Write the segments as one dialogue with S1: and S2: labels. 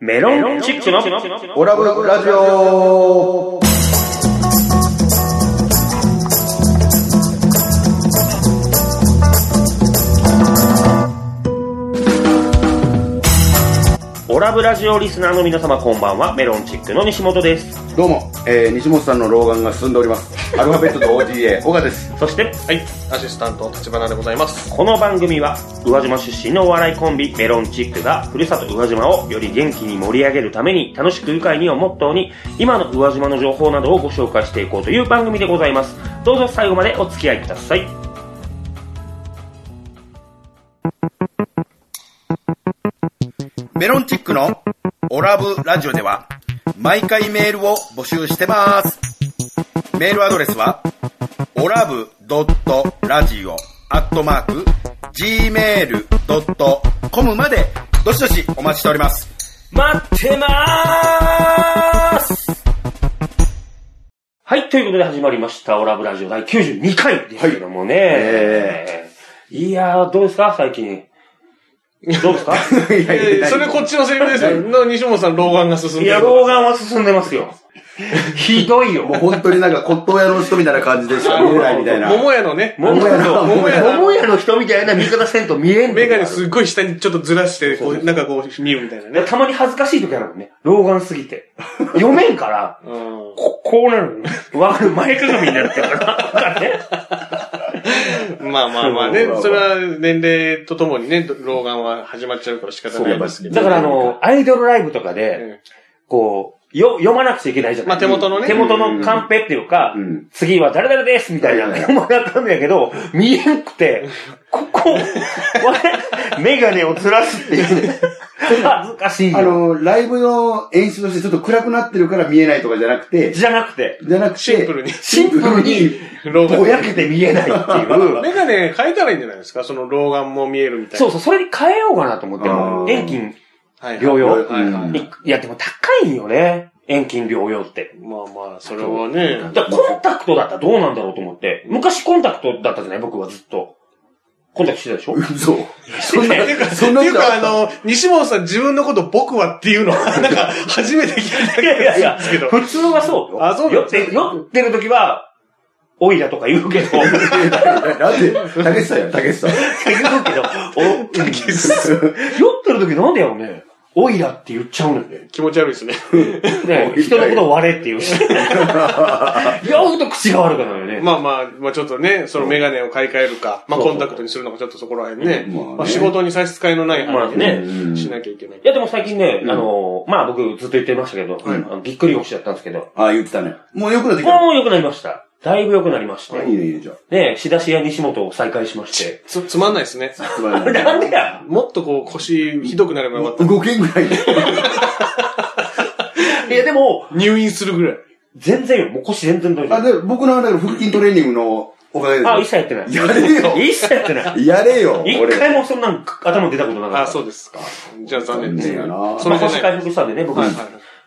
S1: メロンチックの
S2: オラブラジオ
S1: オラブラジオリスナーの皆様こんばんは、メロンチックの西本です。
S2: どうも、えー、西本さんの老眼が進んでおり ます。アルファベットと OGA、小川です。
S1: そして、はい、
S3: アシスタント、立花でございます。
S1: この番組は、宇和島出身のお笑いコンビ、メロンチックが、ふるさと宇和島をより元気に盛り上げるために、楽しく愉快にをモットーに、今の宇和島の情報などをご紹介していこうという番組でございます。どうぞ最後までお付き合いください。
S4: メロンチックのオラブラジオでは毎回メールを募集してます。メールアドレスはオラブドットラジオアットマーク gmail.com までどしどしお待ちしております。
S1: 待ってまーすはい、ということで始まりました、オラブラジオ第92回ですけどもね。
S2: え
S1: いやー、どうですか最近。どう ですか
S2: いやいやいや
S3: それこっちのセリフですよ。な西本さん、老眼が進んで
S1: い
S3: る。
S1: や、老眼は進んでます よ。ひどいよ。
S2: もう本当になんか骨董屋の人みたいな感じでしか見えないみたいな。
S3: 桃屋のね、
S1: 桃屋の、
S3: 桃屋の
S1: 桃屋の人みたいな見方せんと見えんの
S3: メガネすっごい下にちょっとずらして、こう、なんかこう、見るみたいなね。
S1: たまに恥ずかしい時あるもんね。老眼すぎて。読めんから、
S3: うん。
S1: ここうなるの。わかる前鏡になって るから。だからね。
S3: まあまあまあね、それは年齢とともにね、老眼は始まっちゃうから仕方ないですけど。
S1: だからあの、アイドルライブとかで、
S3: うん
S1: こう、よ、読まなくちゃいけないじゃん。
S3: まあ手元のね
S1: 手元のカンペっていうか、
S2: うん
S1: 次は誰々ですみたいな、
S2: うん
S1: 読まなあかんのやけど、見えんくて、こ こ、メガネをずらすっていうね。恥ずかしい
S2: あ
S1: よ。
S2: の、ライブの演出としてちょっと暗くなってるから見えないとかじゃなくて、
S1: じゃなくて、
S2: じゃなくて、
S3: シンプルに
S2: シンプルに、
S3: 老
S1: ぼ
S3: 眼。
S1: やけて見えないっていう。
S3: メガネ変えたらいいんじゃないですかその老眼も見えるみたい な。
S1: そうそう、それに変えようかなと思って、も
S2: あ
S1: う
S2: ー
S1: 遠近
S3: はいはい。
S1: 療養
S3: はいはい。
S1: に。いや、でも高いんよね。遠近療養って。
S3: まあまあ、それはね。
S1: だからコンタクトだったらどうなんだろうと思って。昔コンタクトだったじゃない僕はずっと。コンタクトしてたでしょ
S2: そう。
S1: してたよ
S3: ていうか、
S2: そんな
S3: てい
S2: 人
S3: うかあの、西本さん自分のこと僕はっていうのは、なんか、初めて聞いた気
S1: いやい
S3: が
S1: やい
S3: するん
S1: や、
S3: ですけ ど。
S1: 普通はそうよ。
S3: あそう
S1: 酔
S3: な
S1: っ
S3: ん
S1: て、酔ってる時は、おいらとか言うけど、言う
S2: なんで、たけしさんや、たけしさん。
S1: けど、お、酔ってる時なんでやろうね。おいらって言っちゃうのよね。
S3: 気持ち悪いですね。
S1: ね人のことを割れって言うし。酔うと口が悪くなるよね。
S3: まあまあ、まあちょっとね、そのメガネを買い替えるか、まあコンタクトにするのかちょっとそこら辺ね。
S2: うんまあね
S3: まあ仕事に差し支えのない範囲
S1: まあ
S3: で
S1: ね
S2: うん
S3: ね、しなきゃいけない
S1: い。や、でも最近ね、あの、まあ僕ずっと言ってましたけど、あのぎっくり腰だったんですけど、
S2: ああ、言ってたね。もう良くなってきた。
S1: もう良くなりました。だいぶ良くなりまして。
S2: いいね、いいね、じゃ
S1: ね、仕出し屋西本を再開しまして。
S3: つ、つ まんないですね。
S2: あ。素晴らしい
S1: なんでや
S3: もっとこう、腰ひどくなればよかった。
S2: 5件ぐらいで。
S1: いや、でも、
S3: 入院するぐらい。
S1: 全然よ。もう腰全然大丈
S2: あ、で、僕のあれ、腹筋トレーニングのおかげで。
S1: 夫。あ、一切やってない。
S2: やれよ
S1: 一切やってない。
S2: やれよ、
S1: 一回もそんなん頭出たことなかった。
S3: あ、そうですか。じゃあ残念です
S2: 残念やな
S3: そ
S1: ま
S3: れ
S1: あ
S3: じゃ
S1: 腰
S3: ない。
S1: 回復したんでね、僕、
S3: はいはい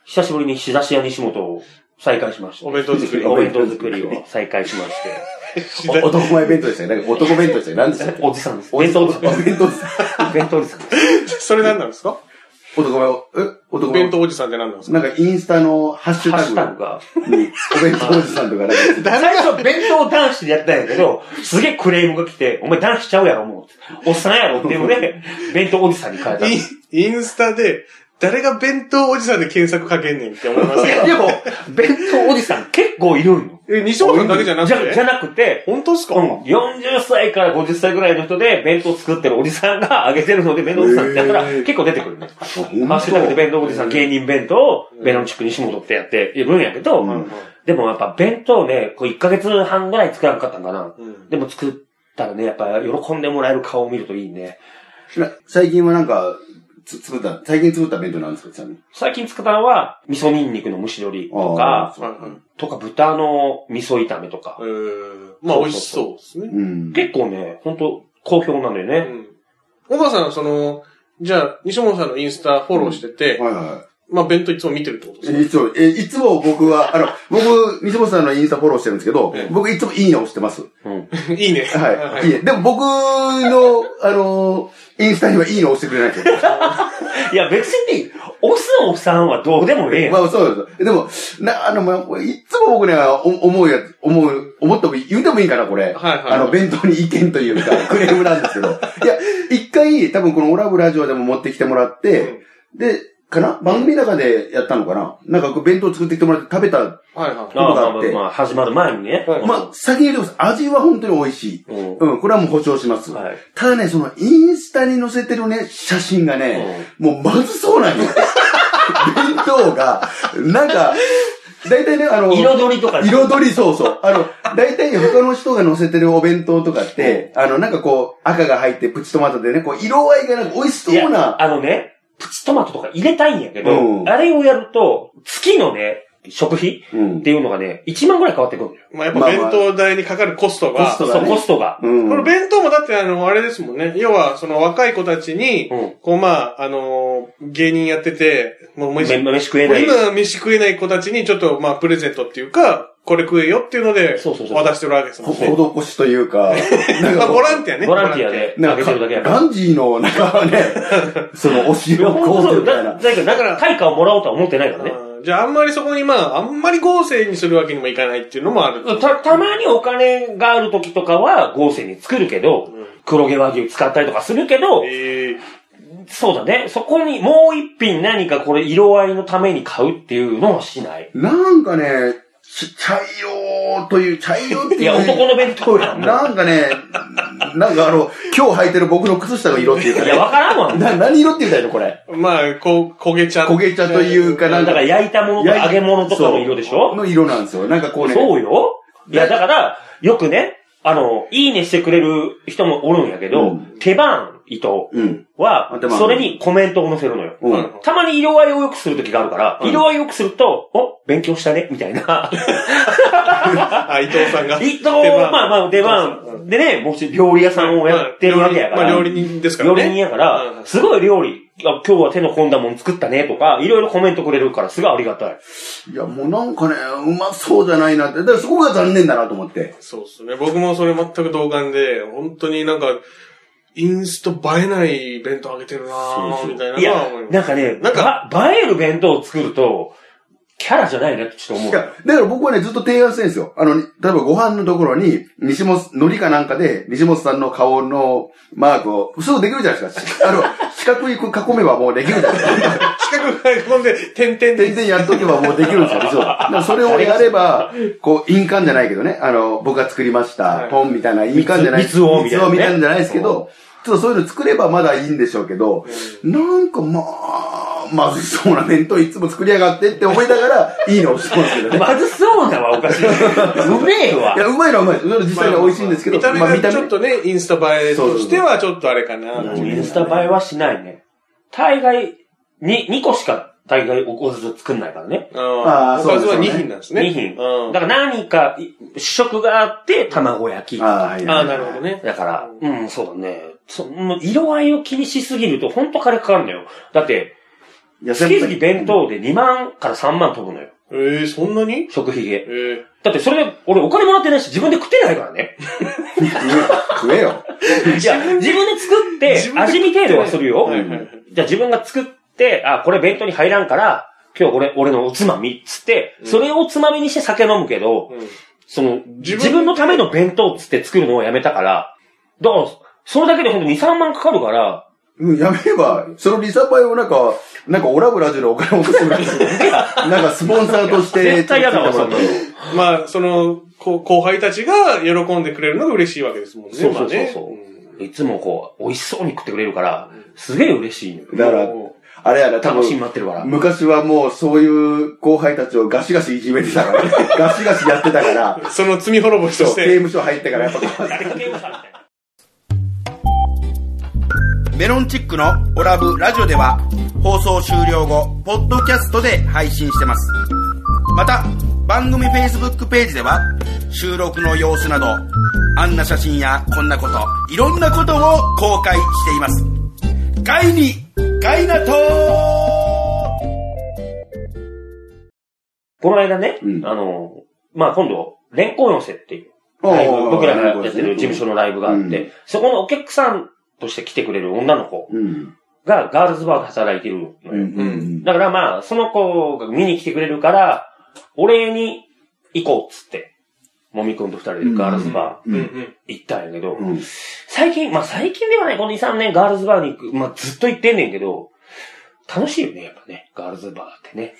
S1: 久しぶりに仕出し屋西本を再開しました。
S3: お弁当作り。
S1: お弁当作りを再開しまして。
S2: お男前弁当でしたよ。なんか男弁当でしたよ。何でしたっけ
S1: おじさんです。弁当おじさん
S2: お弁当です。
S1: 弁当おじさんです。
S3: それ何なんですか
S2: 男前を、え男前
S3: 弁
S2: を。
S3: 当おじさんって何なんですか
S2: なんかインスタのハッシュ
S1: ハッシュタ
S2: タ
S1: グが。
S2: グに、お弁当おじさんとかなんか、
S1: 最初、弁当男子でやってたんやけど、すげえクレームが来て、お前男子ちゃうやろ、もう。おっさんやろっていうので、弁当おじさんに変えた。
S3: インインスタで、誰が弁当おじさんで検索かけんねんって思いますけど。
S1: でも、弁当おじさん結構いるんよ。
S3: え、西本さんだけじゃなく
S1: じゃじゃ
S3: て
S1: なくて、
S3: 本当っすか、
S1: うん、40歳から50歳ぐらいの人で弁当作ってるおじさんがあげてるので、弁当おじさんってやったら
S2: へー
S1: 結構出てくるね。ハ
S2: ほんと
S1: ッシュタグで弁当おじさん、芸人弁当をメロンチック西本ってやっているんやけど、
S2: うん
S1: でもやっぱ弁当ね、こう1ヶ月半ぐらい作らなかったんかな。
S3: うん
S1: でも作ったらね、やっぱ喜んでもらえる顔を見るといいね。
S2: な最近はなんか、つ作った、最近作った弁当なんですかちなみに。
S1: 最近作ったのは、味噌ニンニクの蒸し鶏と
S2: あ
S1: か
S2: ー、
S3: はいはい
S1: とか豚の味噌炒めとか
S3: え。ー、まあ美味しそうですね。
S2: うん。
S1: 結構ね、ほんと好評なのよね。
S3: うん。おばさん、その、じゃあ、西本さんのインスタフォローしてて、
S2: はいは
S3: まあ弁当いつも見てるってことですね。
S2: い。いつも、え、いつも僕は、あの、僕、西本さんのインスタフォローしてるんですけど
S3: ええ、
S2: 僕いつもいいね押してます。
S1: うん。
S3: いいね。
S2: はい。いいね。でも僕の、あの、インスタにはいいね押してくれないんですよ。
S1: いや、別に、オスおさんはどうでもええやん。
S2: まあそうです。でも、な、あの、まあ、いつも僕ね、お思うやつ、思う、思ってもいい、言うてもいいんかな、これ。
S3: はいはい
S2: あの、弁当に意見というか、クレームなんですけど。いや、一回、多分このオラブラジオでも持ってきてもらって、で、かな番組の中でやったのかななんかこう弁当作ってきてもらって食べた。
S3: はいはい。
S1: ああまあ
S2: こ
S1: ま
S2: とがあって
S1: あ、まあ、始まる前にね。
S3: はい
S2: まあ、先に言うと、味は本当に美味しい。
S1: うん
S2: うん、これはもう保証します。
S1: はい
S2: ただね、その、インスタに載せてるね、写真がね、もうまずそうなんよ。弁当が、なんか、大体ね、あの、
S1: 彩りとかね
S2: 彩り、そうそう。あの、大体他の人が載せてるお弁当とかって、あの、なんかこう、赤が入ってプチトマトでね、こう、色合いがなんか美味し
S1: い
S2: そう
S1: や、
S2: な、
S1: あのね、プチトマトとか入れたいんやけ
S2: う
S1: ど、
S2: ん
S1: あれをやると、月のね、食費
S2: う
S1: っ
S2: ん。
S1: ていうのがね、1万ぐらい変わってくるんだよ。
S3: まあやっぱ弁当代にかかるコスト
S2: コ
S3: が
S2: スト、
S1: そ
S2: がね
S1: う、コストが。
S2: うん
S3: これ弁当もだってあの、あれですもんね。要は、その若い子たちに、
S1: うん
S3: こうまあ、あのー芸人やってて、もう飯、
S1: め
S3: も
S1: 飯食
S3: う
S1: えない。
S3: 今飯食えない子たちにちょっとまあ、プレゼントっていうか、これ食えよっていうので、
S1: そうそうそう
S3: 渡してるわけですもんね。
S2: ほ、施しとい うか、なん
S3: ま
S2: か
S3: あ、
S2: こう
S3: ボランティアね。
S1: ボランティアで
S2: な
S1: あ
S2: ん
S1: げ
S2: か
S1: てるだけやから。
S2: ガンジーの、なん かね、その、お
S1: い
S2: 塩
S1: や、
S2: を
S1: 本当
S2: こう
S1: そ
S2: て
S1: う。
S2: みた
S1: だ
S2: いな。
S1: だから、から対価をもらおうとは思ってないからね。
S3: うんじゃあ、あんまりそこにまあ、あんまり豪勢にするわけにもいかないっていうのもある。
S1: た、たまにお金がある時とかは合成に作るけど、黒毛和牛使ったりとかするけど、
S3: ええ
S1: そうだね。そこにもう一品何かこれ色合いのために買うっていうのはしない。
S2: なんかね、ち茶色という、茶色っていう。
S1: いや、男の弁当やん。い
S2: なんかね、なんかあの、今日履いてる僕の靴下の色っていうか
S1: や、
S2: ね。
S1: わからんわ。だ
S2: な、何色って言うたらいいのこれ。
S3: まあ、こう、焦げ茶。
S2: 焦げ茶というかなん
S1: から焼いたものとか揚げ物とかの色でしょ
S2: の色なんですよ。なんかこうね。
S1: そうよ。いや、だから、よくね、あの、いいねしてくれる人もおるんやけ
S2: う
S1: ど
S2: ん、
S1: 手番糸
S2: うん。
S1: は
S2: あ手、番
S1: それにコメントを載せるのよ。
S2: う
S3: うん
S2: ん。
S1: たまに色合いを良くするときがあるから、
S2: うん
S1: 色合いを良くすると、お、勉強したね、みたい な。
S3: あ、伊藤さんが。
S1: 伊藤、
S3: 出番
S1: まあまあ、出番でね、もし料理屋さんをやってるわけやから。
S3: まあ、料理人ですから
S1: 料
S3: ね。
S1: 理人やから、
S3: うん
S1: すごい料理、あ今日は手の込んだもん作ったねとか、いろいろコメントくれるから、すごいありがたい。
S2: いや、もうなんかね、うまそうじゃないなって。だからそこが残念だなと思って。
S3: そうですね。僕もそれ全く同感で、本当になんか、インスト映えない弁当あげてるなぁ、みたいなのは思い
S1: や、
S3: ます。
S1: なんかね、
S3: なんか
S1: ば映える弁当を作ると、キャラじゃないなってちょっと思。
S2: いうや、だから僕はね、ずっと提案してるんですよ。あの、例えばご飯のところに、西本、海苔かなんかで、西本さんの顔のマークを、すぐできるじゃないですか。あの、四角い囲めばもうできるじゃないですか。
S3: 近くが込んで、点々で。
S2: 全然やっとけばもうできるんですよ、そう。だからそれをやれば、こう、印鑑じゃないけどね、あの、僕が作りまし
S3: は
S2: た
S3: い、
S2: ポンみたいな印鑑じゃない。
S1: 蜜蜜をみたいなね
S2: 蜜をみたいなんじゃないですけど、ちょっとそういうの作ればまだいいんでしょうけど、なんかまあ、まずそうな弁当いつも作りやがってって思いながら、いいのをしてますけど ね。
S1: まずそうなわ、お かしい。うめえわ
S2: いや、。うまいのはうまいです。それは実際には美味しいんですけど、
S3: 見た目
S2: まあ
S3: がちょっとね、インスタ映えとしてはちょっとあれかなぁ
S1: インスタ映えはしないね。大概、に、2個しか大概おかず作んないからね。
S3: あ
S2: あ
S3: あ、
S2: ー
S3: おかずは
S2: そうです
S3: 2
S2: よね
S3: 品なんですね。
S1: 2品。
S3: うん。
S1: だから何か、い主食があって、卵焼き。
S2: ああ、はい。
S3: ああ、なるほど。ね。
S1: だから、うん、そうだね。そもう色合いを気にしすぎると、ほんと金かかるのよ。だって、
S2: いや、
S1: 月々弁当で2万から3万飛ぶのよ。
S3: ええ、そんなに
S1: 食費
S3: え
S1: で。
S3: え。
S1: だってそれで、俺お金もらってないし、自分で食ってないから ね。
S2: 食えよ。
S1: いや、自分で作っ
S3: 自
S1: て、
S3: 分で
S1: 味見程度はするよ。
S3: はいはいはい
S1: じゃあ自分が作って、あ、これ弁当に入らんから、今日これ、俺のおつまみっつって、それをつまみにして酒飲むけど、
S3: うん
S1: その、
S3: 自
S1: 自
S3: 分
S1: 分のための弁当っつって作るのをやめたから、だから、それだけでほんと2、3万かかるから、
S2: うん、やめれば、そのリサパイをなんか、なんかオラブラジオでお金を落とすぐらいですよなんかスポンサーとして。
S1: 絶対嫌だわ、そんなの。
S3: まあ、その、こう後輩たちが喜んでくれるのが嬉しいわけですもんね。
S1: そうそう
S3: まあ
S1: そう
S3: ね
S1: そ
S3: ん
S1: う。いつもこう、美味しそうに食ってくれるから、すげえ嬉しいのよ。
S2: だから、あれやな、多
S1: 楽しみに
S2: 分、
S1: 待ってるから。
S2: 昔はもうそういう後輩たちをガシガシいじめてたから、ガシガシやってたから、
S3: その罪滅ぼし
S2: そ
S3: と
S2: う
S3: し
S2: 刑
S3: て。
S2: 務所入ってからやっぱ、
S4: メロンチックのオラブラジオでは放送終了後、ポッドキャストで配信してます。また、番組 Facebook ページでは収録の様子など、あんな写真やこんなこと、いろんなことを公開しています。ガイに、ガイナトー
S1: この間ね、
S2: うん
S1: あの、まあ今度、レンコン寄せっていう、
S2: おー
S1: ライブ僕らが
S2: レンコン
S1: や
S2: 寄
S1: っ
S2: せ
S1: て
S2: ね
S1: る事務所のライブがあって、
S2: うん
S1: そこのお客さんとして来てくれる女の子
S2: うん。
S1: がガールズバーで働いてるのよ。
S2: うんうん
S1: だからまあ、その子が見に来てくれるから、お礼に行こうっつって、もみくんと二人でガールズバ
S3: うん
S2: う
S3: うんん。
S1: ー行ったんやけど、
S2: うん。
S1: 最近、まあ最近ではね、この2、3年ガールズバーに行く、まあずっと行ってんねんけど、楽しいよね、やっぱね、ガールズバーってね。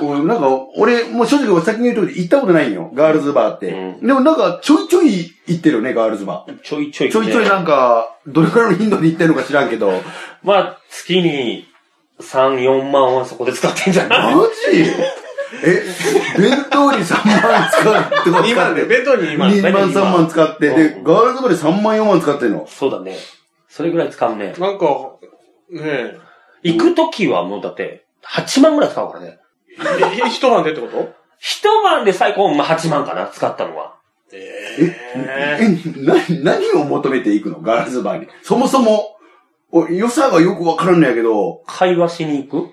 S2: 俺、なんか、俺、もう正直先に言うとおり行ったことないんよ。ガールズバーって。
S1: う
S2: でもなんか、ちょいちょい行ってるよね、ガールズバー。
S1: ちょいちょい、ね。
S2: ちょいちょいなんか、どれくらいの頻度で行ってるのか知らんけど。
S1: まあ月に3、4万はそこで使ってんじゃない
S2: マジえ、弁当に3万使って、
S3: 2
S2: 使
S3: 万
S2: っ
S3: で、
S2: て。
S3: ベッドに2万。
S2: 2万3万使って、
S1: う
S2: で、
S1: ん
S2: ガールズバーで3万4万使ってんの。
S1: そうだね。それぐらい使うね。
S3: なんか、ねえ。
S1: 行くときはもうだって、8万ぐらい使うからね。
S3: い一晩でってこと
S1: 一晩で最高、まあ8万かな、使ったのは。
S3: ええ。
S2: え、な、何を求めていくのガールズバーに。そもそも、お良さがよくわからんのやけど、
S1: 会話しに行く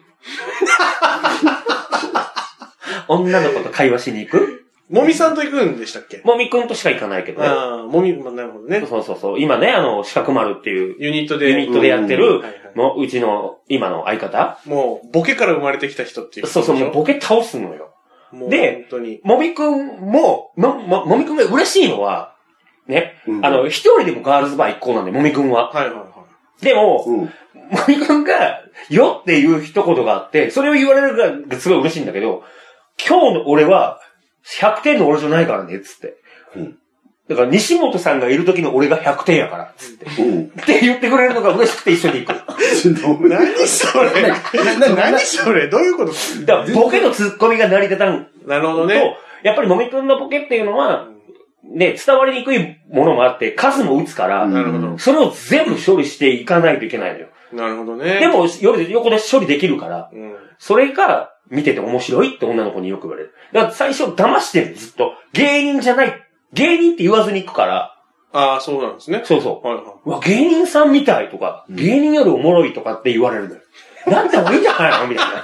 S1: 女の子と会話しに行く
S3: もみさんと行くんでしたっけ
S1: もみくんとしか行かないけどね。
S3: ああ、もみ、まあなるほどね。
S1: そうそうそう。今ね、あの、四角丸っていう
S3: ユニットで。
S1: ユニットでやって
S3: うん
S1: る
S3: はいは、い
S1: もう、うちの今の相方
S3: もう、ボケから生まれてきた人っていう。
S1: そうそう、もうボケ倒すのよ。
S3: もう
S1: で
S3: 本当に。
S1: もみくんも、も、ももみくんが嬉しいのは、ね、
S2: うん
S1: あの、一人でもガールズバー行こうなんで、もみくんは。
S3: はいはいは
S1: でも、
S2: うん。
S1: もみくんが、よっていう一言があって、それを言われるからすごい嬉しいんだけど、今日の俺は、100点の俺じゃないからね、つって。
S2: うん
S1: だから、西本さんがいる時の俺が100点やから、つって。
S2: うん。
S1: って言ってくれるのが嬉しくて一緒に行 く。
S3: い。何そ れ
S2: なな
S3: 何それどういうこと
S1: だから、ボケのツッコミが成り立たん
S3: なるほ
S1: と、
S3: どね。
S1: やっぱりもみくんのボケっていうのは、ね、伝わりにくいものもあって、数も打つから、
S2: うん
S3: なるほど。
S1: それを全部処理していかないといけないのよ。
S3: なるほどね。
S1: で、も、よ横で処理できるから、
S3: うん。
S1: それが見てて面白いって女の子によく言われる。だから最初騙してる、ずっと。芸人じゃない。芸人って言わずに行くから、
S3: ああ、そうなんですね。
S1: そうそ
S3: はいは
S1: う。うわ、芸人さんみたいとか、芸人よりおもろいとかって言われるのよ。なんでもいいんじゃないのみた いな。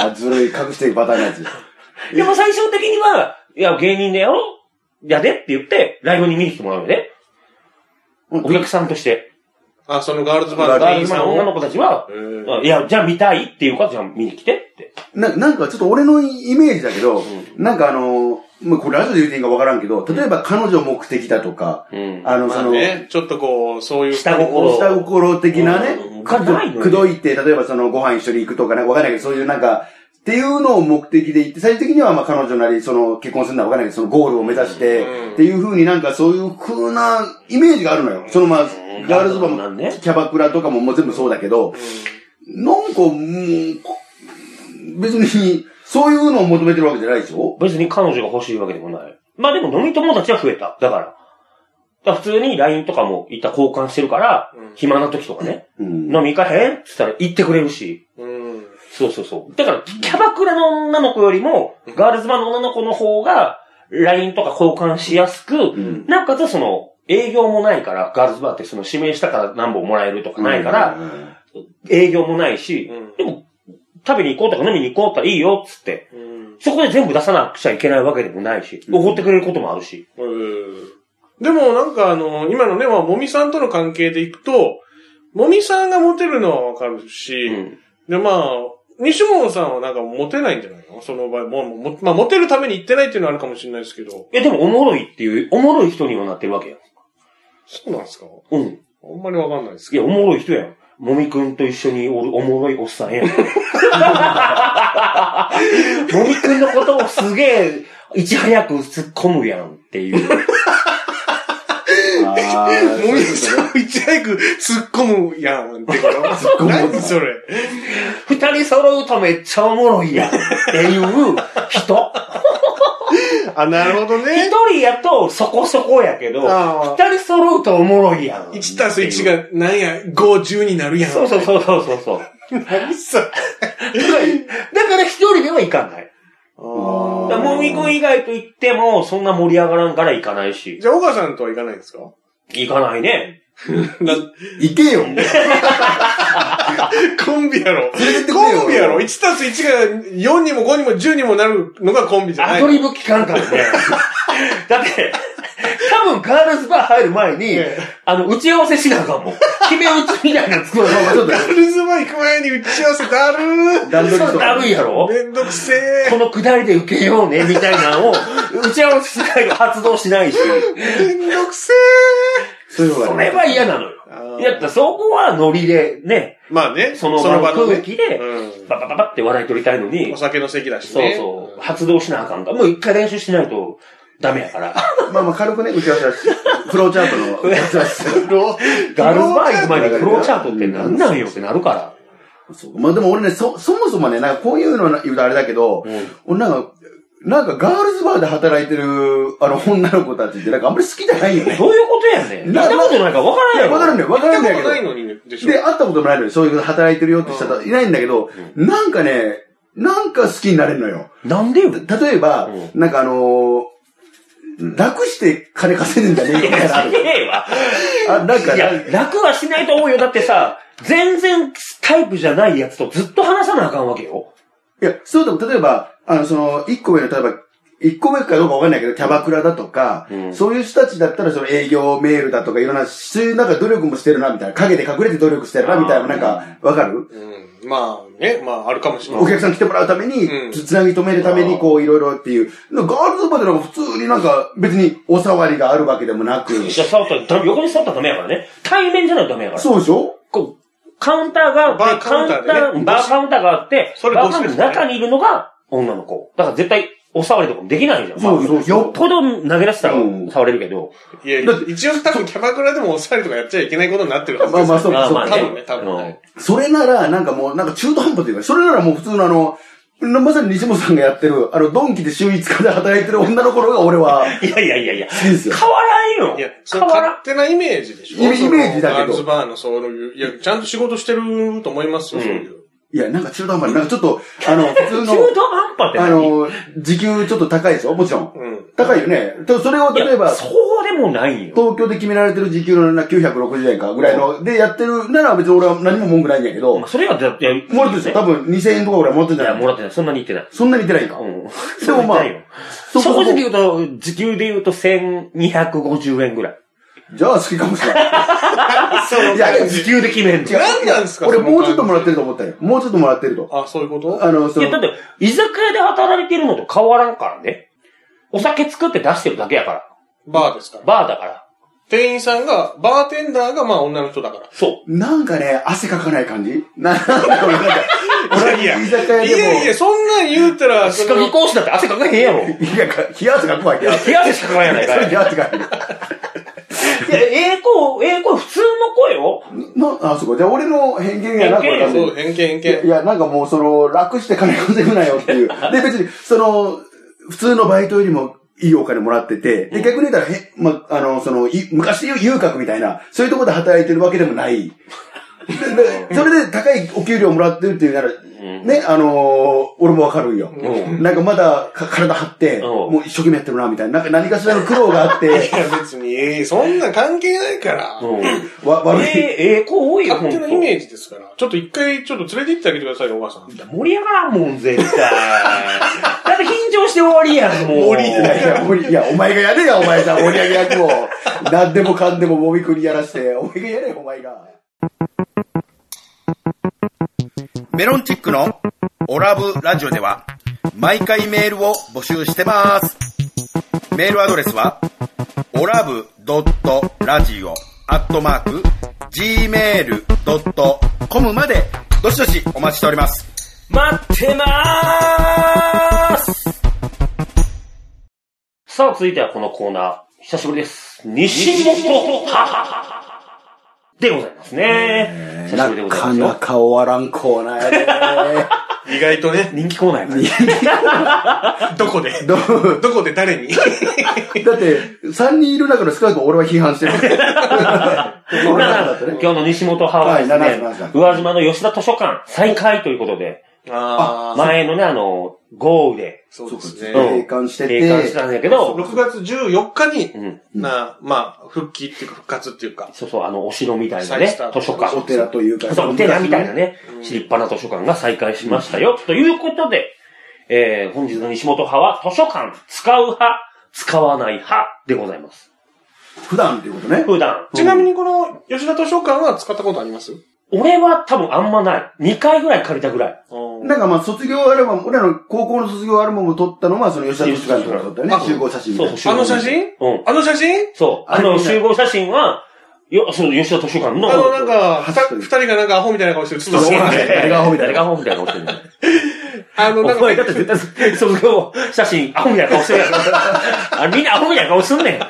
S2: あー、ずるい隠してるパターンのやつ。
S1: でも最終的には、いや、芸人だよやでって言って、ライブに見に来てもらうよね。
S2: うん
S1: お客さんとして。
S3: い。あ、そのガールズバ
S1: ガ
S3: ーの
S1: ー
S3: 店
S1: ル
S3: 員
S1: ズバー
S3: さん
S1: の
S3: を
S1: 女の子たちは、
S3: へー
S1: うんいや、じゃあ見たいっていうか、じゃあ見に来てって。
S2: ななんかちょっと俺のイメージだけど、なんかあのー、まあ、これラジオで言うていいかわからんけど、例えば彼女目的だとか、
S1: うん
S2: あの、
S3: ま
S2: そ
S3: あ
S2: の、
S3: ね、ちょっとこう、そういう。
S1: 下心
S2: 下心的なね
S1: うん、がないのよ
S2: くどいて、例えばそのご飯一緒に行くとかね、わかんないけど、そういうなんか、っていうのを目的で行って、最終的にはまあ彼女なり、その結婚するのはわかんないけど、そのゴールを目指して、
S3: うん
S2: っていう風になんかそういう風なイメージがあるのよ。そのまあ、ガールズバー
S1: な
S2: も
S1: んね
S2: キャバクラとかももう全部そうだけど、なんかもう、別に、そういうのを求めてるわけじゃないでしょ
S1: 別に彼女が欲しいわけでもない。まあでも飲み友達は増えた。だから。だから普通に LINE とかもいった交換してるから、
S3: うん
S1: 暇な時とかね、
S2: うん。
S1: 飲み行かへんって言ったら行ってくれるし。
S3: うん。
S1: そうそうそう。だから、キャバクラの女の子よりも、ガールズバーの女の子の方が、LINE とか交換しやすく、
S2: ん
S1: なおかつその、営業もないから、ガールズバーってその指名したから何本もらえるとかないから、営業もないし、
S3: うん
S1: でも、食べに行こうとか飲みに行こうとかいいよっつって、
S3: うん。
S1: そこで全部出さなくちゃいけないわけでもないし、
S2: ん
S1: 怒ってくれることもあるし。
S3: うんでもなんかあの、今のね、まあ、もみさんとの関係でいくと、もみさんがモテるのはわかるし、
S1: うん。
S3: でまあ、西門さんはなんかモテないんじゃないのその場合、もう、もまあ、モテるために行ってないっていうのはあるかもしれないですけど。
S1: いや、でも、おもろいっていう、おもろい人にはなってるわけやん。
S3: そうなんですか
S1: うん。
S3: あんまりわかんないです
S1: い
S3: け
S1: や、
S3: ど。
S1: おもろい人やん。もみくんと一緒におる、おもろいおっさ んやん。もみくんのことをすげえ、いち早く突っ込むやんっていう。
S2: あ ー
S3: もみさんをいち早く突っ込むやん ってこと
S2: 込む
S3: 何それ
S1: 二人揃うとめっちゃおもろいやんっていう 人。
S3: あ、なるほど
S1: 一
S3: ね。
S1: 人やとそこそこやけど、
S3: あ
S1: 二
S3: ー
S1: 人揃うとおもろいやん。
S3: 1たす1がなんや、5、10になるやん。
S1: そうそうそうそうそうそう。
S3: 何それ
S1: だからだから一人では行かない。
S2: ー
S1: だからもみくん以外と行っても、そんな盛り上がらんから行かないし。
S3: じゃあ、小川さんとは行かないんですか
S1: 行かないね。
S3: な
S2: 行けよ。
S3: コンビやろ。
S2: 連れてってくれよ
S3: コンビやろ。1たす1が4にも5にも10にもなるのがコンビじゃな
S1: ア
S3: い
S1: ド。リブ聞かんからね。 だって、多分ガールズバー入る前に
S3: ええ、
S1: あの、打ち合わせしなあかんもん。決め打ちみたいなの作らなあかん
S2: ちょっ
S3: ガールズバー行く前に打ち合わせだる ー。
S2: 段取り
S1: そ
S2: と
S1: うだるいやろ
S3: めんどくせえ。
S1: このくだりで受けようね、みたいなのを、打ち合わせしないと発動しないし、
S3: めんどくせ
S2: そういうの
S1: そ
S2: がね
S1: れは嫌なのよ。
S3: え。
S1: やったらそこはノリで、ね、
S3: まあね、
S1: その場の
S3: ね
S1: 空気で
S3: うん
S1: ババババって笑い取りたいのに
S3: お、酒の席だし
S1: そう
S3: ね。
S1: そう、発動しなあかんから、もう一回練習しないとダメや から。
S2: まあまあ軽くね、打ち合わせはし、フローチャート の打ち合わせ。
S1: ガールズバー行く前にフローチャートってなんなんよってなるから。
S2: そうまあでも俺ね、そ、そもそもね、なんかこういうの言うとあれだけど、俺なんか、なんかガールズバーで働いてる、あの、女の子たちってなんかあんまり好きじゃないよ ね。
S1: どういうことやねん。見た
S2: な
S1: ことないから分からんやろ。
S2: わからんねわから
S3: 行
S2: んね
S3: った
S2: んけ
S3: こと
S2: ど
S3: ない。のにでしょ
S2: で、。会ったこともないのに、そういう働いてるよって人はいないんだけど、なんかね、なんか好きになれるのよ。
S1: なんでよ。
S2: 例えば、
S1: う
S2: なんかあのー楽して金稼いでんじゃねえよみたいなのある。
S1: ええわ。
S2: あ、なんか
S1: い
S2: ね
S1: や、楽はしないと思うよ。だってさ、全然タイプじゃないやつとずっと話さなあかんわけよ。
S2: いや、そうでも、例えば、あの、その、一個上の、例えば、一個上かどうかわかんないけど、キャバクラだとか、
S1: うん
S2: そういう人たちだったら、その営業メールだとか、いろんな、そういうなんか努力もしてるな、みたいな。陰で隠れて努力してるな、みたいな、なんか、わかる
S3: うんまあね、まああるかもしれない。
S2: お客さん来てもらうために、
S3: うん
S2: つつなぎ止めるために、こう、いろいろっていう。ガールズバーでなんか普通になんか、別にお触りがあるわけでもなく。
S1: じゃあ触ったら、横に触ったらダメやからね。対面じゃないとダメやから。
S2: そうでしょ
S1: こう、カウンターがあって
S3: バ、ーカウンターでね
S1: カウンタバーカウンターがあって、
S3: それ
S1: バ
S3: ど
S1: ー
S3: う
S1: カ
S3: す
S1: ウン
S3: る
S1: タ
S3: ん
S1: ー
S3: ですか
S1: の中にいるのが女の子。だから絶対、お触りとかもできないじゃん。
S2: そうそうそう
S1: まあよっぽど投げ出したら
S2: うん
S1: 触れるけど。
S3: いや、一応多分キャバクラでもおさりとかやっちゃいけないことになってるはず
S2: ま
S3: で
S2: あ
S3: す。
S2: まあ、そう
S1: まあ
S2: そう
S1: まあ
S3: 多分ね多分
S1: うん
S3: ね
S2: それなら、なんかもう、なんか中途半端というか、それならもう普通のあの、なまさに西本さんがやってる、あの、ドンキで週5日で働いてる女の子の方が俺は、
S1: いやいやいやいや。
S2: 好きですよ。
S1: 変わらんよ。
S3: いや、そ
S1: 変
S3: の
S1: わらん。
S3: 勝手なイメージでしょ
S2: イメイメージだけど
S3: そのガールズバーのそういう、いや、ちゃんと仕事してると思いますよ、そういう。
S2: いや、なんか中途半端になんかちょっと、あの、普通
S1: 中
S2: の、
S1: 途半端って
S2: あ
S1: 何
S2: の、時給ちょっと高いでしょもちろん。
S3: うん。
S2: 高いよね。とそれを
S1: いや
S2: 例えば、
S1: そ
S2: 東
S1: うでもないよ。
S2: 京で決められてる時給のな960円かぐらいの、でやってるなら別に俺は何も文句ないんやけど、
S1: まあ
S2: も
S1: それは、だって、
S2: らってるでしょ多分2000円とかぐらいもらってん
S1: い
S2: じゃ
S1: や、
S2: な
S1: も
S2: い
S1: らってない。そんなに言ってない。
S2: そんなにいってないんか。
S1: うん。
S2: でもまあ
S1: そんなに言ってないよ
S2: そこそこ
S1: 正直言うと、時給で言うと1250円ぐらい。
S2: じゃあ好きかもしれない。
S3: そう
S2: いや、違 う
S1: 時給で決めんの。いや、
S3: 何なんですか
S2: 俺
S3: その
S2: もうちょっともらってると思ったよ。もうちょっともらってると。
S3: あ、そういうこと
S2: あの、その
S1: だって、居酒屋で働いてるのと変わらんからね。お酒作って出してるだけやから。
S3: バーですから。
S1: バーだから。
S3: 店員さんが、バーテンダーがまあ女の人だか
S1: そ
S2: なんかね、汗かかない感じな、なんか俺なんか、
S3: ら。いや
S2: 居酒屋
S3: い
S2: でも、
S3: やいや、そんなん言うたら、
S1: う。
S3: そ
S1: 歯
S3: の
S1: 科技講師だって汗かかへんやろ。
S2: いやか冷や汗かくわけや。
S1: 手汗しかかかんやない
S2: そ
S1: か
S2: れ
S1: い。い
S2: 冷
S1: や、
S2: や汗か く。
S1: ええ声、ええ声、普通の声よ。
S2: の、あ、そこ。じゃあ俺の偏見やな、こ
S1: 偏見
S2: れ
S1: や
S2: 完全
S3: そ
S2: に
S3: う、偏見偏
S2: いや、い
S3: 見。
S2: やなんかもうその、楽して金稼ぐなよっていう。で、別に、その、普通のバイトよりも、いいお金もらってて、で、逆に言ったら、へ、ま、あの、その、い昔で言う遊郭みたいな、そういうところで働いてるわけでもない。ででそれで高いお給料もらってるっていうなら、ね、あのー俺もわかるんよ。
S1: う
S2: なんかまだか体張っ
S1: う
S2: て、
S1: ん
S2: もう一生懸命やってるな、みたいな。なんか何かしらの苦労があっ
S3: い
S2: て、
S3: や、別に、そんなん関係ないから。
S1: うん。
S2: わ、悪い。
S1: ええ、ええ子多いよ、ほ
S3: 勝
S1: ん
S3: 手
S1: と。
S3: なイメージですから。ちょっと一回、ちょっと連れて行ってあげてくださいよ、おばあさん。
S1: 盛り上がらんもん、絶対。だって緊張して終わりやん、もう。
S3: 盛り上
S2: い
S3: が
S2: やいや、森いや、お前がやれや、お前さ、盛り上げ役を。何でもかんでももみくにやらして、お前がやれよ、お前が。
S4: メロンチックのオラブラジオでは毎回メールを募集してます。メールアドレスはオラブドットラジオアットマーク gmail.com までどしどしお待ちしております。
S1: 待ってまーすさあ、続いてはこのコーナー。久しぶりです。西本 はははでございますね。久しぶりでございますよ。
S2: か終わらんコーナーや
S3: 意外とね、
S1: 人気コーナーやからね
S3: どこで
S2: どう
S3: どこで誰に
S2: で。 だって、3人いる中の少なくとも俺は批判してる。俺
S1: ま
S2: らだ
S1: あ
S2: ったね
S1: 今日の西本派はです
S2: はい七つ七つ
S1: ね、宇和島の吉田図書館再開ということで、
S3: ああ、
S1: 前のね、あの、豪雨で、
S3: そうですね。
S1: うん
S2: 閉館して
S1: 閉館して
S2: て、
S1: たんだけど、
S3: 6月14日に、
S1: うん。
S3: な、まあ、復帰っていうか復活っていうか、
S1: そうそう、あの、お城みたいな
S3: 再
S1: ね
S3: スター、ト
S1: 図書
S3: あ
S1: 館。
S2: お寺というか、
S1: そう、お寺みたいな
S2: ね。
S1: ね、立派な図書館が再開しましたよ。ということで、えー、本日の西本派は図書館、使う派、使わない派でございます。
S2: 普段っていうことね。
S1: 普段。
S3: ちなみにこの吉田図書館は使ったことあります
S1: 俺は多分あんまない。2回ぐらい借りたぐらい。
S2: なんかまあ、卒業アルバム、俺らの高校の卒業アルバムを撮ったのは、その吉田敏館のところだったよね
S3: あ。
S2: 集合写真みたいな。
S1: そう
S3: あの写真
S1: うん。
S3: あの写真
S1: そう。あ
S2: あれ
S1: の、
S2: 見ない
S1: 集合写真は、よ、そう、吉田図書館の。
S3: あの、なんか、
S2: あ
S3: ふた二人がなんかアホみたいな顔して写って
S1: そう
S3: た
S2: ね誰がアホみた
S1: 誰
S2: いな
S1: がアホみたいな顔してるの
S3: あの、なん
S1: お前だ
S3: か、
S1: って絶対卒業写真、アホみたいな顔してるやん。あれみんなアホみたいな顔すんねん。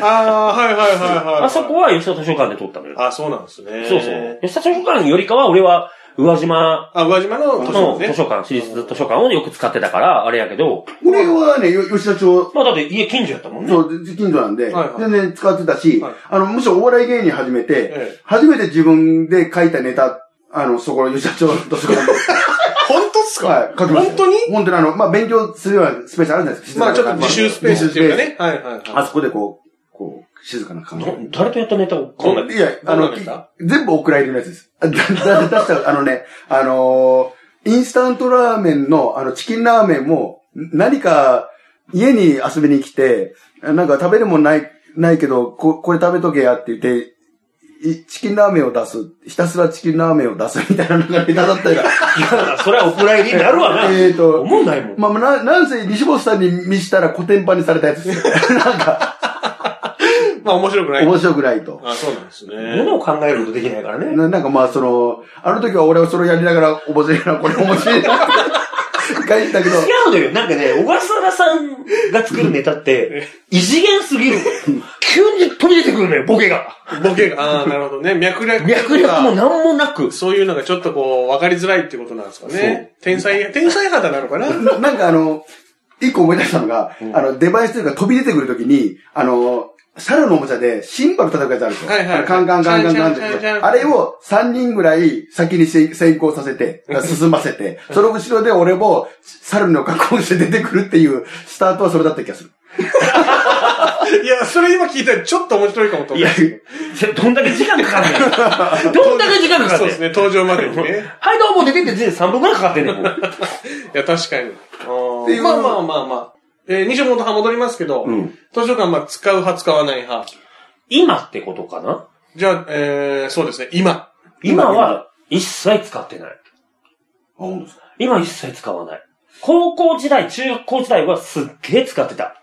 S3: ああー、はいはいはいはい。
S1: あそこは吉田図書館で撮ったのよ。
S3: あ、そうなんですね。
S1: そうそう。。吉田図書館よりかは、俺は、宇和島
S3: あ、宇和島の図書
S1: の
S3: 館ね。
S1: 図書館、私立図書館をよく使ってたから、あれやけど、
S2: 俺はね、よ吉田町、
S1: まあだって家近所やったもんね。
S2: そう、近所なんで
S3: はいは、
S2: 全
S3: い
S2: 然使ってたし
S3: はい、
S2: あの、むしろお笑い芸人始め
S3: え
S2: て、初めて自分で書いたネタ、あの、そこの吉田町の図書館で
S3: 本当っすか
S2: はい、書きました。
S3: 本当に
S2: 本当にあの、まあ、勉強するようなスペースあるじゃないですか。
S3: まあちょっと自習スペースっていうかね。はいはい
S2: あ
S3: は
S2: そこでこう、こう、静かな感じで。
S1: ど誰とやったネタを
S3: どんない
S2: や、あの、
S3: どんなネ
S2: き
S3: タ
S2: 全部お蔵入りのやつです。 あだ、だ、だした、あのね、あのーインスタントラーメンの、あの、チキンラーメンも、ん何か、家に遊びに来て、なんか食べるもんない、ないけど、こ、これ食べとけやって言って、いチキンラーメンを出す。ひたすらチキンラーメンを出すみたいなのがネタだったよ。
S1: いや、 それはお蔵入りになるわな。
S2: えーと
S1: 思んないもん。
S2: まあ、まあな、なんせ西本さんに見したら古典版にされたやつですよ。 なんか、
S3: い。まあ面白くない。
S2: 面白くないと。
S3: あ、そうなんですね。
S1: 物を考えることできないからね。
S2: ななんかまあ、その、あの時は俺はそれをやりながら、おぼせながら、これ面白いな。書いてたけど、
S1: 違うのよ。なんかね、小笠原さんが作るネタ って、異次元すぎる。急に飛び出てくるのよ、ボケが。
S3: ボケが、ああ、なるほどね。脈略とか。
S1: 脈略も何もなく。
S3: そういうのがちょっとこう、わかりづらいってことなんですかね。天才、天才肌なの かな
S2: なんかあの、一個思い出したのが、あの、デバイスというか飛び出てくる時に、あの、猿のおもちゃでシンバル叩くやつあるでしょ。
S3: はいはい
S2: あのカンカンカンカンカンっ
S3: チャンチャ
S2: て
S3: ンチャンチャン
S2: あれを3人ぐらい先にせ先行させ て、進ませて、その後ろで俺も猿の格好をして出てくるっていうスタートはそれだった気がする。
S3: いや、それ今聞いたらちょっと面白いかもと
S1: い
S3: 思
S1: や
S3: う。、
S1: どんだけ時間かかん ねん。どんだけ時間かかん
S3: そ
S1: ね
S3: うで
S1: ん
S3: す。ね、登場までにね。
S1: はい、どうも、出てって3分くらいかかってんねん、もう
S3: いや、確かに
S2: ってい。う
S3: まあまあまあまあ。えー、二条元派戻りますけど、図書館、まあ、使う派、使わない派。
S1: 今ってことかな
S3: じゃあ、えー、そうですね、今。
S1: 今は一切使ってない。
S2: あ、本当ですか
S1: 今一切使わない。高校時代、中学校時代はすっげえ使ってた。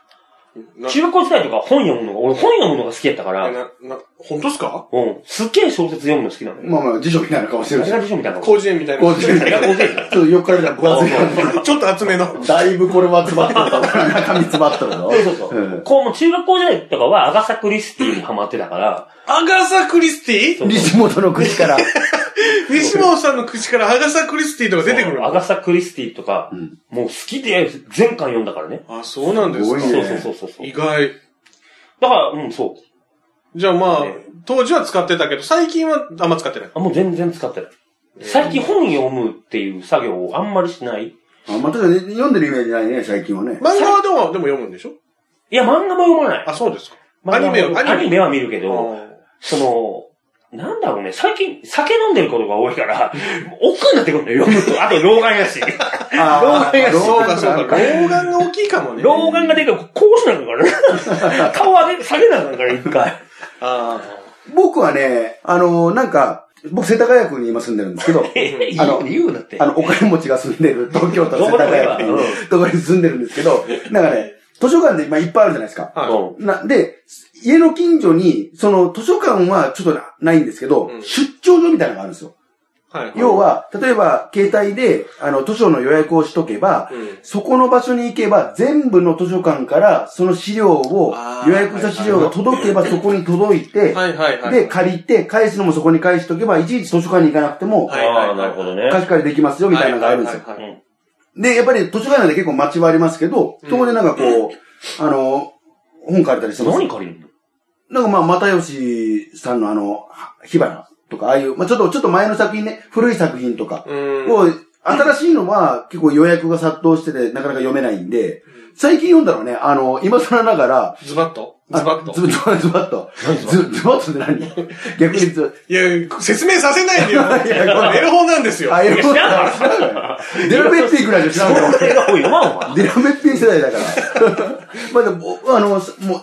S3: な
S1: 中学校時代とか本読むのが、俺本読むのが好きやったから、うん。
S3: な、な、本当ですか
S1: すっげえ小説読むの好きなのよ。
S2: まあまあ、辞書みたいな顔してる
S1: あ
S2: し
S1: れ。が辞書みたいな。
S3: 工事園みたいな。
S2: こう
S1: あれが大勢じゃん。
S2: ちょっと横から見たら分厚い感じ。
S3: ちょっと厚めの。
S2: だいぶこれは詰まってるぞ。中身詰まってるぞ。
S1: そうそうそう。
S2: ん
S1: こう、もう中学校時代とかはアガサ・クリスティにハマってたから、
S3: アガサ・クリスティ
S1: そう
S2: 西本の口から。
S3: 西本さんの口からアガサ・クリスティとか出てくる
S1: ア
S3: の
S1: ガサ・クリスティとか、
S2: ん
S1: もう好きで全巻読んだからね。
S3: あ、そうなんですか。
S2: すごい
S1: そ
S2: ね
S1: うそうそうそうそう。
S3: 意外。
S1: だから、うん、そう。
S3: じゃあまあ
S1: ね、
S3: 当時は使ってたけど、最近はあんま使ってない。
S1: あ、もう全然使ってない。最近本読むっていう作業をあんまりしない。
S2: あ、まあ、ただね読んでるイメージないね、最近はね。
S3: 漫画はでも、でも読むんでしょ
S1: いや、漫画も読まない。
S3: あ、そうですか。
S1: 漫画
S3: アニメを
S1: は
S3: アニメ
S1: アニメは見るけ
S3: あ
S1: ど、
S3: ー
S1: その、なんだろうね、最近酒飲んでることが多いから、 億劫になってくるのよ、読むと。あと老眼や し。
S2: あー
S3: そうか、そうか。
S2: 老眼か
S3: 老眼が大きいかもね。
S1: 老眼がでかい、こうしなあかん からね。顔上げ、下げなあかんから、一回。
S3: あ
S2: 僕はね、あの、なんか、僕、世田谷区に今住んでるんですけ ど、
S1: え
S2: あの
S1: 言うなって
S2: あ。の、お金持ちが住んでる東京都世田谷区っていうところに住んでるんですけど、なんかね、図書館で今いっぱいあるじゃないですか。
S3: あ。は
S1: う
S2: な、で、家の近所に、その図書館はちょっとなないんですけど、
S3: うん
S2: 出張所みたいなのがあるんですよ。
S3: い。はい。
S2: 要は、例えば、携帯で、あの、図書の予約をしとけば、
S3: うん
S2: そこの場所に行けば、全部の図書館から、その資料を
S3: あ、ー
S2: 予約した資料が届けば、そこに届いて、
S3: はいはいはい。
S2: で、借りて、返すのもそこに返しとけば、いちいち図書館に行かなくても、
S3: はいはいはい
S1: ああ、なるほどね。
S2: 貸し借りできますよ、みたいなのがあるんですよ。
S3: はいはいはいはい
S2: で、やっぱり図書館なんで結構街はありますけど、そこでなんかこう、あの、本借りたりしてます。
S1: 何借りるの
S2: なんかまあ、又吉さんのあの、火花とか、ああいう、まあちょっと、ちょっと前の作品ね、古い作品とか
S3: うん。
S2: を、新しいのは結構予約が殺到してて、なかなか読めないんで、最近読んだのはね、あの、今更ながら、
S3: ズバッと
S2: あ
S3: ズバッ
S2: ズズ
S3: と
S2: バッズバッと。ズズバッとって何逆にズ
S3: いや、説明させないでよ。
S2: いやごめん
S3: メルホンなんですよ。
S2: あ、いや、
S3: い
S2: 知らんから。 デラベッティぐらいじゃ知らんから。
S1: 映画を読まんわ。
S2: デラベッティ世代だから。 まあでも、おあの、すもう、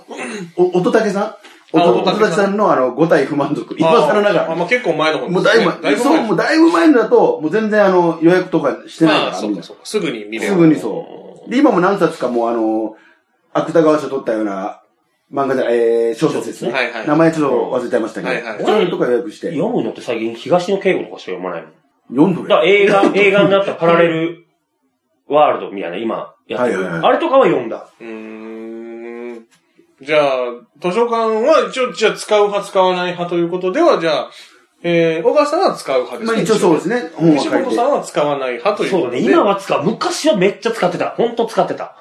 S2: お、乙武さん
S3: あ
S2: お
S3: 乙武
S2: と
S3: さん
S2: たけさんのあの、五体不満足。
S3: や
S2: 今更なが
S3: あ、
S2: ら。
S3: まあ結構前の方ですね
S2: もうだいぶ
S3: だい
S2: 前、
S3: ぶ
S2: そう、
S3: 前
S2: もうだいぶ前のだと、もう全然あの、予約とかしてないか
S3: あ
S2: ら、
S3: そ
S2: み
S3: うん
S2: な
S3: かそうか。すぐに見れる。
S2: すぐにそう。で、今も何冊かもうあの、芥川賞取ったような漫画じゃない、えー、小説ですね。
S3: はいはい
S2: 名前ちょっと忘れちゃいましたけど。
S3: はいはい
S2: それとか予約して。
S1: 読むのって最近東野敬吾とかしか読まないもん。
S2: 読んど
S1: だか
S2: る
S1: ら映画、映画になったパラレルワールドみたいな、今やってる。
S2: はいはいはい
S1: あれとかは読んだ。
S3: うーん。じゃあ、図書館は一応、じゃあ使う派使わない派ということでは、じゃあ、えー、小川さんは使う派です
S2: まあ
S3: か、
S2: 一応そうですね。本は
S3: 西
S2: 書い
S3: 本
S2: て
S3: さ。んは使わない派というこ
S1: そう
S3: と
S1: だ
S3: で。
S1: ね。今は使う。昔はめっちゃ使ってた。ほんと使ってた。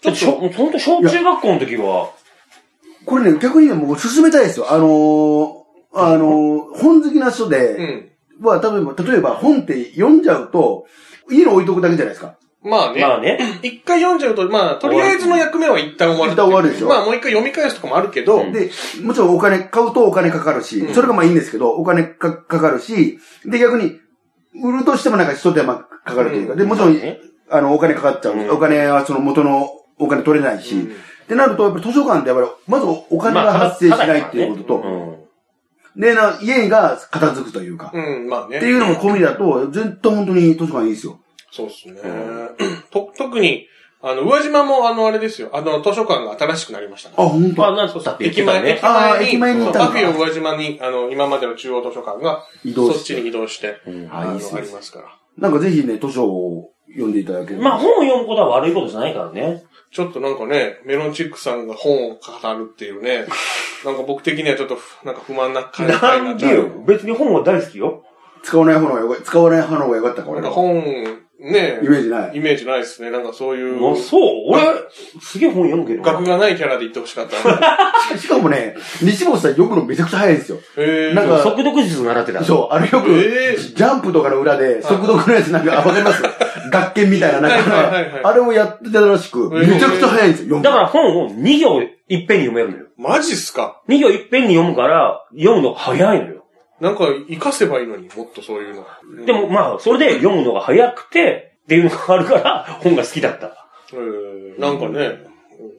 S3: ち
S1: ち
S3: ょ
S1: ょ
S3: っと
S1: っと、ほんと小中学校の時は、
S2: これね、逆にね、もう進めたいですよ。あのー、あのー、本好きな人
S3: う
S2: で、
S3: ん。
S2: は、例えば、例えば本って読んじゃうと、家に置いとくだけじゃないですか。
S3: まあね。
S1: まあね。
S3: 一回読んじゃうと、まあ、とりあえずの役目は一旦終わる。
S2: 一旦終わるでしょ
S3: まあ、もう一回読み返すとかもあるけど、
S1: うん
S2: で、もちろんお金、買うとお金かかるし、
S3: うん
S2: それがまあいいんですけど、お金かかかるし、で、逆に、売るとしてもなんか一手間かかるというか、
S3: うん
S2: で、もちろん、
S1: ね
S2: あの、お金かかっちゃう、
S1: うん
S2: お金はその元のお金取れないし、
S3: う
S2: っ
S3: ん
S2: てなると、やっぱり図書館ってやっぱり、まずお金が
S1: まあ
S2: 発生した
S1: だ
S2: ないっていうことと、
S1: うん。
S2: で、な家が片付くというか、
S3: うん、まあね。
S2: っていうのも込みだと、全然本当に図書館いいですよ。
S3: そうですね。
S1: う
S3: と、特に、あの、宇和島も、あの、あれですよ。あの、図書館が新しくなりましたね。
S2: あ、本
S1: まあ、
S2: 当。
S1: なんとだって言っ
S3: 駅
S1: てた
S3: 前、
S1: ね
S3: 駅。
S2: あ
S3: 前
S2: ー
S3: に、
S2: 駅前に行った
S3: パ
S2: のか
S3: フィー宇和島に、あの、今までの中央図書館が、
S2: 移動
S3: そっ
S2: し
S3: ち
S2: て。
S3: に移動して、
S1: うん
S2: あ
S3: あ
S2: いい
S3: の、
S2: っすね
S3: ありますから。
S2: なんかぜひね、図書を読んでいただければ。
S1: まあ、本を読むことは悪いことじゃないからね。
S3: ちょっとなんかね、メロンチックさんが本を語るっていう ね、なんか僕的にはちょっとふ、なんか不満な感じになっちゃう。
S1: 別に本は大好きよ。
S2: 使わない方のがよか使わない方のがよかったか、
S3: な
S2: 俺。
S3: んから本、ね
S2: イメージない。
S3: イメージないですね。なんかそういう、
S1: もうそう、俺、すげえ本読むけど。
S3: 学がないキャラで言ってほしかった。
S2: しかもね、西本さん読むのめちゃくちゃ早いんですよ。
S3: へー
S2: なんか
S1: 速読術習ってた。
S2: そう、あれよく、
S3: えー
S2: ジャンプとかの裏で、速読のやつなんか、あわか ります学研みたいな、なん
S3: はいはいはいはい
S2: か、あれをやってたらしく、
S3: えー
S2: めちゃくちゃ早いんですよ、読む
S1: だから本を2行いっぺんに読めるのよ。
S3: マジっすか
S1: 2行いっぺんに読むから、読むの早いのよ。
S3: なんか、活かせばいいのに、もっとそういうの。
S1: でもまあ、それで読むのが早くて、っていうのがあるから、本が好きだった。
S3: えー、なんかね、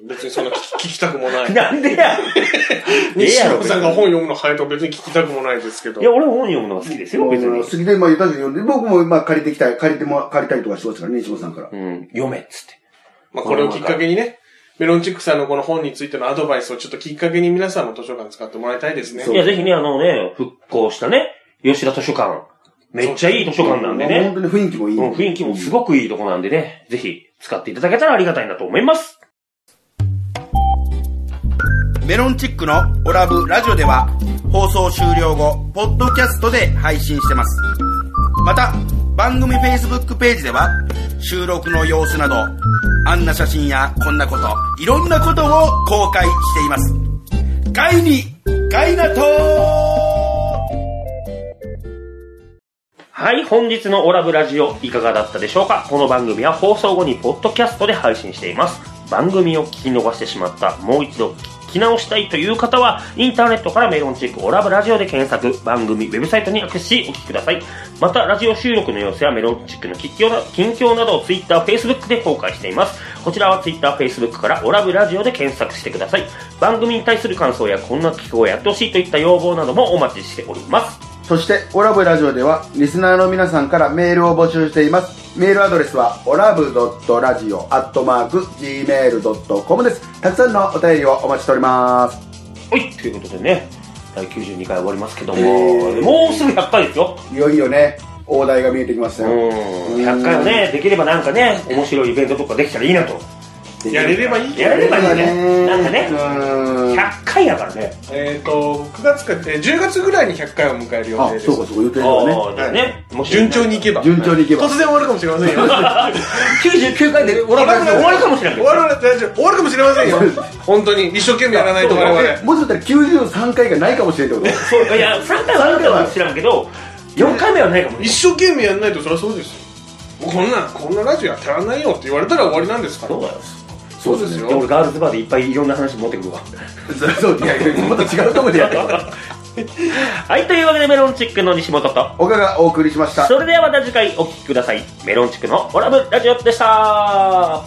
S3: 別にそんな聞き聞 きたくもない。
S1: なんでや ええ
S3: 西
S1: やろ
S3: 野さんが本読むの早いと別に聞きたくもないですけど
S1: い。や、俺本読むのが好きですよ、別
S2: うん
S1: に
S2: 好。きで、まあ、確かに読んで、僕も、まあ、借りてきた、借りても、借りたりとかしてますからね、西本さんから。
S1: うん、読めっつって。
S3: まあこれをきっかけにね、メロンチックさんのこの本についてのアドバイスをちょっときっかけに皆さんも図書館使ってもらいたいですね。
S1: いや、ぜひね、あのね、復興したね、吉田図書館。めっちゃいい図書館なんで
S2: まあ
S1: ね
S2: 本。当に雰囲気もいい。
S1: うん、雰囲気もすごくいいとこなんでね、ぜひ使っていただけたらありがたいなと思います。
S4: メロンチックのオラブラジオでは放送終了後、ポッドキャストで配信してます。また、番組 Facebook ページでは収録の様子など、あんな写真やこんなこと、いろんなことを公開しています。ガイに、ガイナトー
S1: はい、本日のオラブラジオいかがだったでしょうかこの番組は放送後にポッドキャストで配信しています。番組を聞き逃してしまった、もう一度聞き直したいという方は、インターネットからメロンチェックオラブラジオで検索、番組ウェブサイトにアクセスしお聞きください。また、ラジオ収録の様子やメロンチェックの近況な近況などを Twitter、Facebook で公開しています。こちらは Twitter、Facebook からオラブラジオで検索してください。番組に対する感想やこんな企画をやってほしいといった要望などもお待ちしております。
S2: そして、オラブラジオでは、リスナーの皆さんからメールを募集しています。メールアドレスは、オラブドットラジオアットマーク gmail.com です。たくさんのお便りをお待ちしております。
S1: はい、ということでね、第92回終わりますけども、
S2: えー
S1: もうすぐ100回ですよ。
S2: いよいよね、大台が見えてきまし
S1: う
S2: た
S1: ん
S2: よ。、
S1: 100回をね、できればなんかね、面白いイベントとかできたらいいなと。
S3: やれればいいけど
S1: やれればいいよね。なんかね、
S2: うん。あ、
S1: 100回だからね。
S3: えっ、と、9月か、えー10月ぐらいに100回を迎える予定です。
S2: そうかそうか、予定
S1: あ
S2: では
S1: ーじゃあね、も
S3: もし順調にいけば。
S2: ね。順調にいけば
S3: 突。然終わるかもしれませ んよ。
S1: 99回で終わる終わるかもしれない。
S3: 終わる終わる終わるかもしれませ んよ。本当に。一生懸命やらないと我
S2: え
S3: 々。
S2: もしかしたら93回がないかもしれんってこと
S1: そういや、3回はあるかもしれんけど、4回目はないかもね
S3: 一生懸命やらないとそりゃそうですよ。こんな、こんなラジオやってらんないよって言われたら終わりなんですから
S1: そう。だよ。
S3: そうです
S1: で、俺
S3: よ。
S1: ガールズバーでいっぱいいろんな話持ってくるわ。
S2: そうそう、いやいや、また違うとこでやる
S1: はい、というわけでメロンチックの西本と、
S2: 岡がお送りしました。
S1: それではまた次回お聴きください。メロンチックのオラブラジオでした。